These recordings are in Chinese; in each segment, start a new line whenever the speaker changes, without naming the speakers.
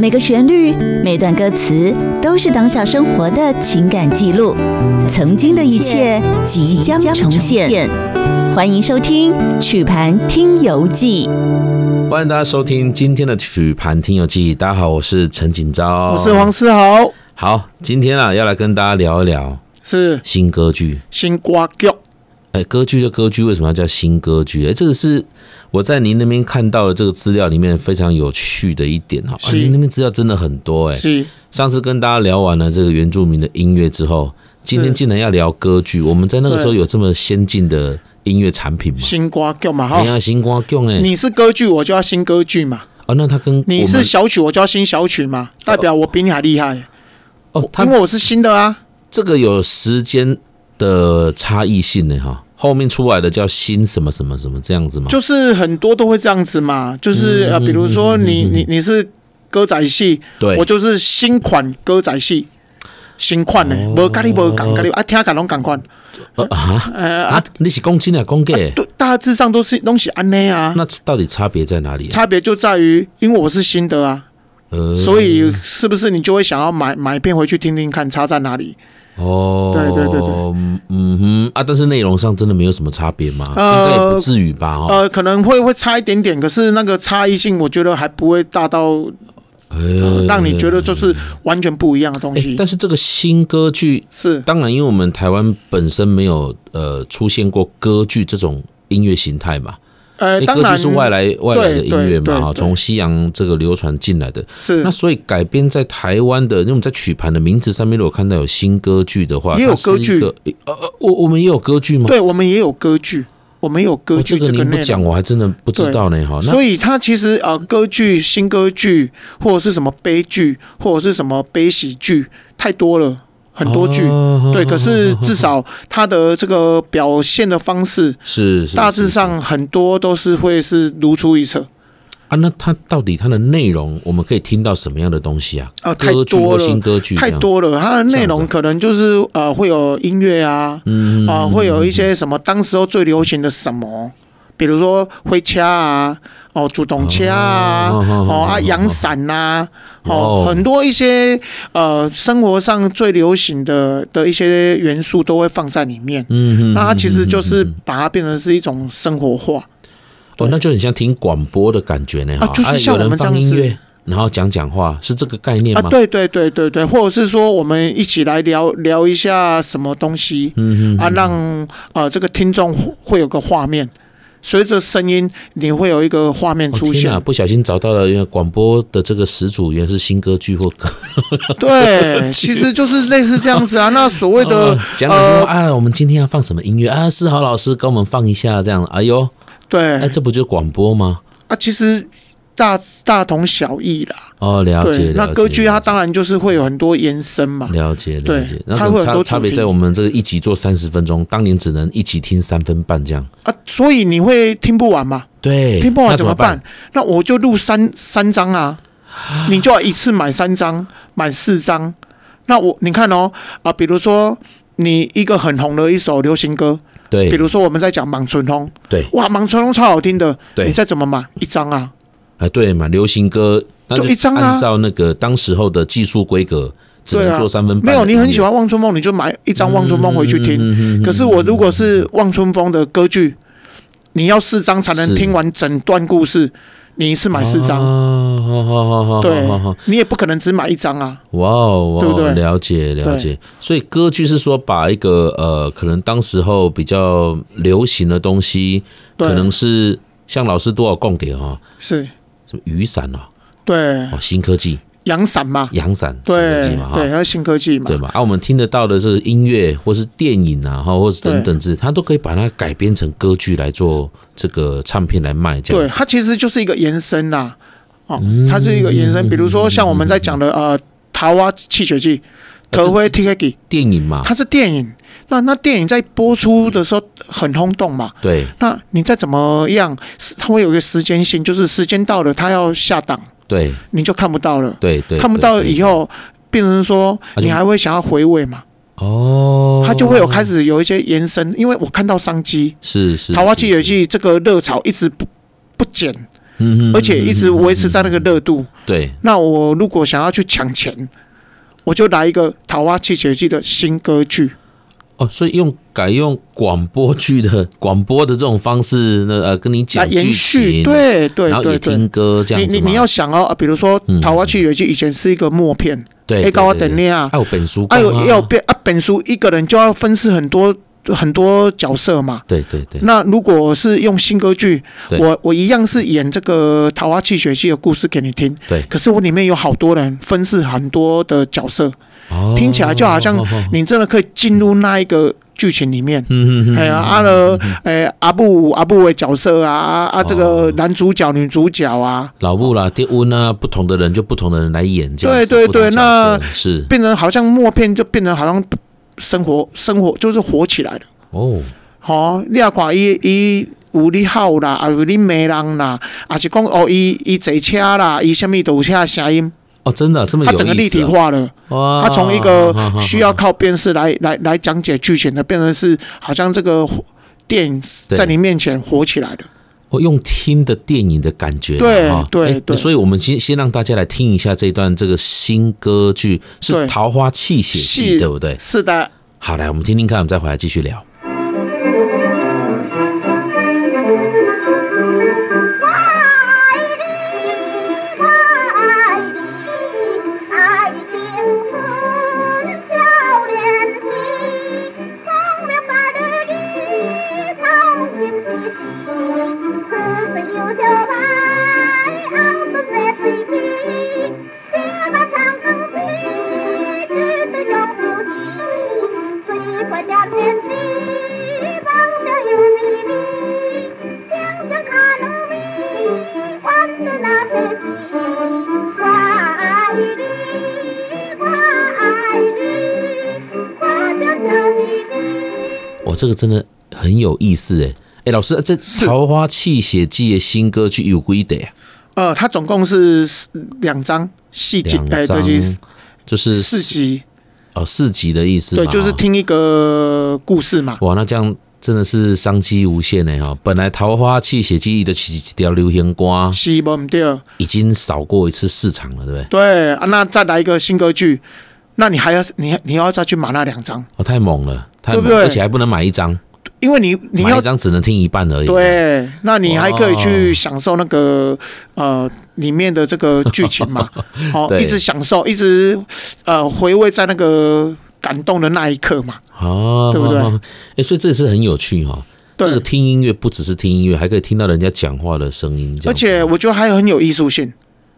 每个旋律、每段歌词都是当下生活的情感记录，曾经的一切即将重现。欢迎收听《曲盘听游记》。
欢迎大家收听今天的《曲盘听游记》。大家好，我是陈锦昭，
我是黄思豪。
好，今天啊，要来跟大家聊一聊
是
新歌剧。
新瓜剧，
哎，歌剧就歌剧，为什么要叫新歌剧？哎，这个是我在您那边看到的这个资料里面非常有趣的一点哈。啊，
是
您那边资料真的很多哎。
是
上次跟大家聊完了这个原住民的音乐之后，今天竟然要聊歌剧。我们在那个时候有这么先进的音乐产品吗？
新瓜剧嘛
哎
哈。
呀，星光共哎，
你是歌剧，我就要新歌剧嘛；
哦，那他跟
你
我
是
们
小曲，我就要新小曲嘛。代表我比你还厉害，
哦，他
因为我是新的啊。
这个有时间的差异性呢，哈，后面出来的叫新什么什么什么这样子吗？
就是很多都会这样子嘛，就是
嗯
呃，比如说你你你是歌仔戏，
对，
我就是新款歌仔戏。新款的，
哦
无咖喱无港咖喱啊，听感拢共款，
呃啊
呃啊
啊，，你是公斤啊，公给，
对，大致上都是拢是安尼啊，
那到底差别在哪里啊？
差别就在于，因为我是新的啊，
呃，
所以是不是你就会想要买买一片回去听听看，差在哪里？
哦，
对对对对
嗯，嗯哼啊，但是内容上真的没有什么差别吗？
呃
应该也不至于吧？哈，
呃，可能会会差一点点，可是那个差异性，我觉得还不会大到、呃
呃
让你觉得就是完全不一样的东
哎
西。
但是哎这个新歌剧，
是
当然，因为我们台湾本身没有呃出现过歌剧这种音乐形态嘛，
呃，
因为
当
哎歌
然
剧是外来外来的音乐
对
嘛，
对
哈，
对
从西洋这个流传进来的。
是
那所以改编在台湾的，因为我们在曲盘的名字上面，如果看到有新歌剧的话，
也有
它是一
歌剧
个呃呃，我我们也有歌剧吗？
对我们也有歌剧，我们也有歌
哦，
剧
这
这
个您
个
不
内容。
讲，我还真的不知道呢，哈。哦那
所以它其实呃，歌剧、新歌剧，或者是什么悲剧，或者是什么悲喜剧，太多了，很多剧。
哦
对，可是至少它的这个表现的方式，
是是
大致
是
上很多都是会是如出一辙
啊，那它到底它的内容，我们可以听到什么样的东西啊？
啊，太
歌剧
多
或新
了，
歌剧
太
这样，
多了。它的内
这样子啊
容可能就是呃，会有音乐啊，
嗯
啊、会有一些什么当时候最流行的什么，比如说灰掐啊，哦，主动掐啊，
哦哦
哦
哦
啊，
哦
阳伞呐，
哦
哦，很多一些呃生活上最流行的的一些元素都会放在里面。
嗯哼，
那它其实就是把它变成是一种生活化，
哦，那就很像听广播的感觉呢，
啊
哈
就是
有
像我
人
们这
放
样
音
子
乐，然后讲讲话，是这个概念
啊，
吗？
对对对对对，或者是说我们一起来聊聊一下什么东西，
嗯
啊，让呃这个听众会有个画面，随着声音你会有一个画面
哦
出
天
现，
啊！不小心找到了，因为广播的这个始祖原来是新歌剧或歌
对，其实就是类似这样子啊。那所谓的
讲讲说、啊，我们今天要放什么音乐啊？世豪老师给我们放一下，这样，哎呦，哎，
对
这不就是广播吗？
啊，其实大大同小异啦。
哦，了解，
对，
了
那
解
歌剧它
了解
当然就是会有很多延伸嘛。
了解
对
了解，那
它
可能
会有很
差
多
差
主
别
题
在我们这个一集做三十分钟，当年只能一集听三分半这样。
啊，所以你会听不完嘛？
对，
听不
哎那
完
怎
怎
么
么办？？那我就录三三 张啊，你就要一次买三张，买四张。那我你看哦啊，比如说你一个很红的一首流行歌，比
对
如说我们在讲《莽村红》，
哎对，
哇，《莽村红》超好听的，
对
你再怎么买一张啊？
啊对嘛，流行歌那
就一张啊
按照那个当时候的技术规格，只
对
能
啊
做三分半的
没
音乐。
有，你很喜欢《望春风》，你就买一张《望春风》回去听。
嗯，嗯嗯嗯嗯
可是我如果是《望春风》的歌剧，你要四张才能
是
听完整段故事，你一次买四张，
哦，好好好好，
对
好好好，
你也不可能只买一张啊。
哇哦，哇
对不
哦，
对
了解了解。所以歌剧是说把一个呃，可能当时候比较流行的东西，
对
可能是像老师多少供点啊，
是，
什么雨伞啊，
对，
哦，新科技，
阳伞嘛，
阳伞，新
对
科技嘛，
对，
哈。
还有新科技嘛
对，嘛？啊，我们听得到的这个音乐，或是电影啊，哈，或是等等之，它都可以把它改编成歌剧来做这个唱片来卖，这样
对，
子。嗯
它其实就是一个延伸啦、哦，它是一个延伸。比如说像我们在讲的呃，《桃花泣血记》。
这
可会 T K G，
电影嘛，
它是电影，那那电影在播出的时候很轰动嘛，
对
那你再怎么样，是它会有一个时间性，就是时间到了，它要下档，
对
你就看不到了，
对对，
看不
对
到
对
以后，变成说
那就
你还会想要回味嘛，
哦，
它就会有开始有一些延伸，因为我看到商机，
是是
《桃花
是
泣血
是
记》这个热潮一直不不减，
嗯
而且一直维持在那个热度。
对，
那我如果想要去抢钱，我就来一个《桃花泣血记》的新歌剧。
哦，所以用改用广播剧的广播的这种方式，那呃跟你
来
讲
延
剧
续，
情，
对对
然后也
对
听
对。
歌这
你
样子
你
嘛
你要想哦，啊比如说
嗯
《桃花泣血记》以前是一个默片，
对
哎，
对
高
对
啊等你啊
还，有本书干
哎呦
啊，
要变啊，本书一个人就要分饰很多很多角色嘛。
对对对，
那如果是用新歌剧，
对
我我一样是演这个《桃花泣血记》的故事给你听，
对
可是我里面有好多人分饰很多的角色，
哦
听起来就好像
哦哦哦
你真的可以进入那一个剧情里面。
嗯嗯嗯，哦
哎呀，阿了，哎阿布阿布的角色啊啊啊，这个男主角、女主角啊，
老布啦、丁温啊，不同的人就不同的人来演这样子，
对对
不同
对
角色
那
是
变成好像默片就变成好像生活生活就是活起来了。
哦，
吼、你也看伊伊有你好啦，啊有你骂人啦，啊是讲哦，伊伊坐车啦，伊什么都有车的声音，
哦，真的这么有意思、啊，
它
啊
整个立体化了。
哇，
它从一个
哈哈哈
需要靠辨识来来来讲解剧情的，变成是好像这个电影
对
在你面前火起来的。
哦，用听的电影的感觉，
对
哈
对
诶
对
所以我们先先让大家来听一下这段这个新歌剧是《
对
桃花泣血记》，对不对？
是的，
好，来我们听听看，我们再回来继续聊。
家天地，望着有秘密。想想看努力，弯的那飞机，快的快的，快的小弟弟。
哇，这个真的很有意思哎。哎，老师，这《桃花泣血记》的新歌剧有规的呀，
呃，它总共是四两张戏剧，
两
哎，
张
对，就是
就是
四集，
哦，四集的意思嘛。
对，就是
哈
听一个故事嘛。
哇，那这样真的是商机无限呢哈！本来《桃花泣血记忆》的几几条流行瓜
是不对，
已经扫过一次市场了，对不对？
对啊，那再来一个新歌剧，那你还要你你要再去买那两张，
哦，太猛了，太猛，
对不对
而且还不能买一张，
因为你你
买
要
一张只能听一半而啊已。，
对，那你还可以去享受那个呃里面的这个剧情 嘛，哦，
对
一直享受，一直呃回味在那个感动的那一刻嘛，
哦，
对不对
哎、所以这也是很有趣哈、哦
对
这个听音乐不只是听音乐，还可以听到人家讲话的声音，这
而
样子
且我觉得还很有艺术性，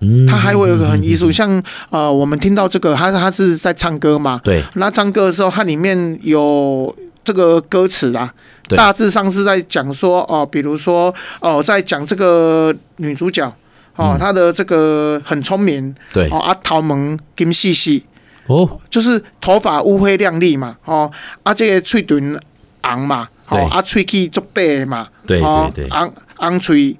嗯
它还会有一个很艺术，像呃我们听到这个，它它是在唱歌嘛，
对
那唱歌的时候，它里面有这个歌词啊，
对
大致上是在讲说哦、比如说哦、在讲这个女主角哦，她的这个很聪明
嗯对
哦，啊，头毛金细细，
哦，
就是头发乌黑亮丽嘛，哦，啊，这个喙唇红嘛，
对
哦，啊，喙齿足白的嘛，
对
哦
对对
红红喙。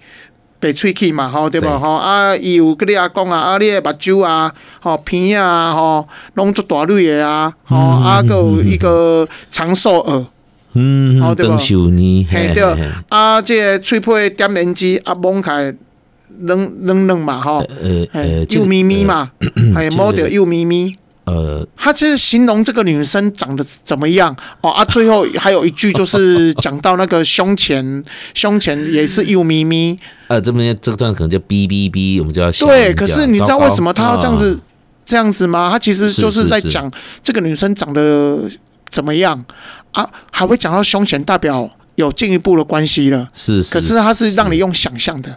白喙齿嘛，吼、对无
对
吼、啊，伊有跟你阿讲啊，啊，你的目睭啊，吼、鼻仔啊，吼、拢足大蕊的啊，吼、啊，佮有一个长寿耳，
嗯，
哦对吧
邓秀妮，
嘿对，啊，这个喙皮点胭脂啊，蒙起来软软软嘛，吼、
呃
嘿
呃，这个
幼
呃
咪咪，嘛，哎，摸
这
着
个
幼咪咪。
呃，
他其实形容这个女生长得怎么样哦 啊，最后还有一句就是讲到那个胸前，胸前也是幼咪咪，
呃，这边这段可能叫哔哔哔，我们就要小
对。
一点
可是你知道
糟糕哦
为什么他要这样子、这样子吗？他其实就是在讲这个女生长得怎么样啊，还会讲到胸前，代表有进一步的关系了。
是是，
可是他是让你用想象的，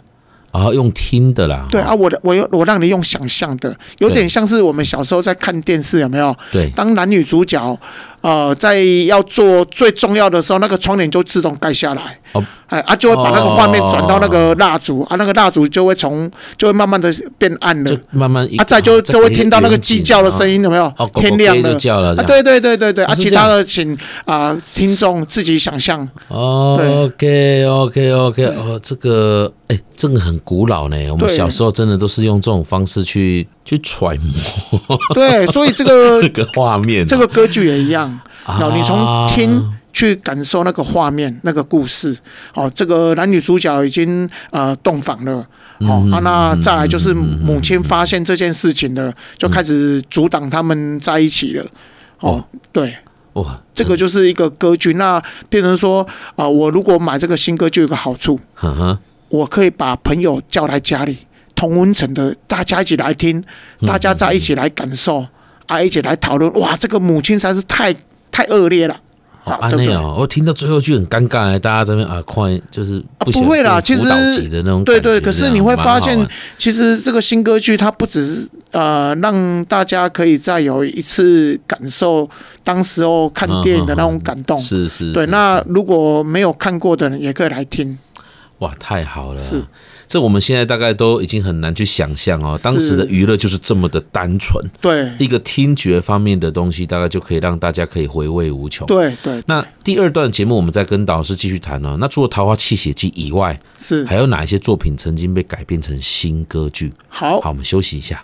啊用听的啦，
对啊，我的我有我让你用想象的，有
对
点像是我们小时候在看电视，有没有？
对
当男女主角呃在要做最重要的时候，那个窗帘就自动盖下来，
哦
哎啊就会把那个画面转到那个蜡烛、啊，那个蜡烛就会从就会慢慢的变暗了
就。慢慢一
啊，再就就会听到那个鸡叫的声音，有没有
哦？狗狗
天亮
咕咕
了
就叫了这
啊！
样哦
对对对对对，啊，
是
其
这样
他的请啊、听众自己想象。
OK OK OK，哦，这个哎、这个很古老呢。我们
对
小时候真的都是用这种方式去去揣摩
对，所以这个
这个画面啊、
这个歌剧也一样，
啊
然后你从听去感受那个画面、那个故事。哦，这个男女主角已经呃洞房了，哦，啊，那再来就是母亲发现这件事情了，就开始阻挡他们在一起了。哦，对，
哇，
这个就是一个歌剧。那变成说啊、我如果买这个新歌剧有个好处，
哈哈，
我可以把朋友叫来家里，同温层的大家一起来听，
嗯
大家在一起来感受，啊，一起来讨论。哇，这个母亲实在是太太恶劣了，
好
啊，
安
对不
内
对？
哦，我听到最后就很尴尬哎，大家这边啊，快就是
啊，
不喜
不
欢
会啦，
被
其
辅
实
导级的那种感觉，
对对，可
这
是
样哦
你会发
蛮好
现
玩，
其实这个新歌剧它不只是呃让大家可以再有一次感受当时候看电影的那种感动。
是嗯是，
对，
是
那如果没有看过的人也可以来听。
哇，太好了啊！
是
这我们现在大概都已经很难去想象哦，当时的娱乐就是这么的单纯，
对
一个听觉方面的东西，大概就可以让大家可以回味无穷。，
对对，
那第二段节目我们再跟导师继续谈哦。那除了《桃花泣血记》以外，
是
还有哪一些作品曾经被改编成新歌剧？
好哦
好，我们休息一下。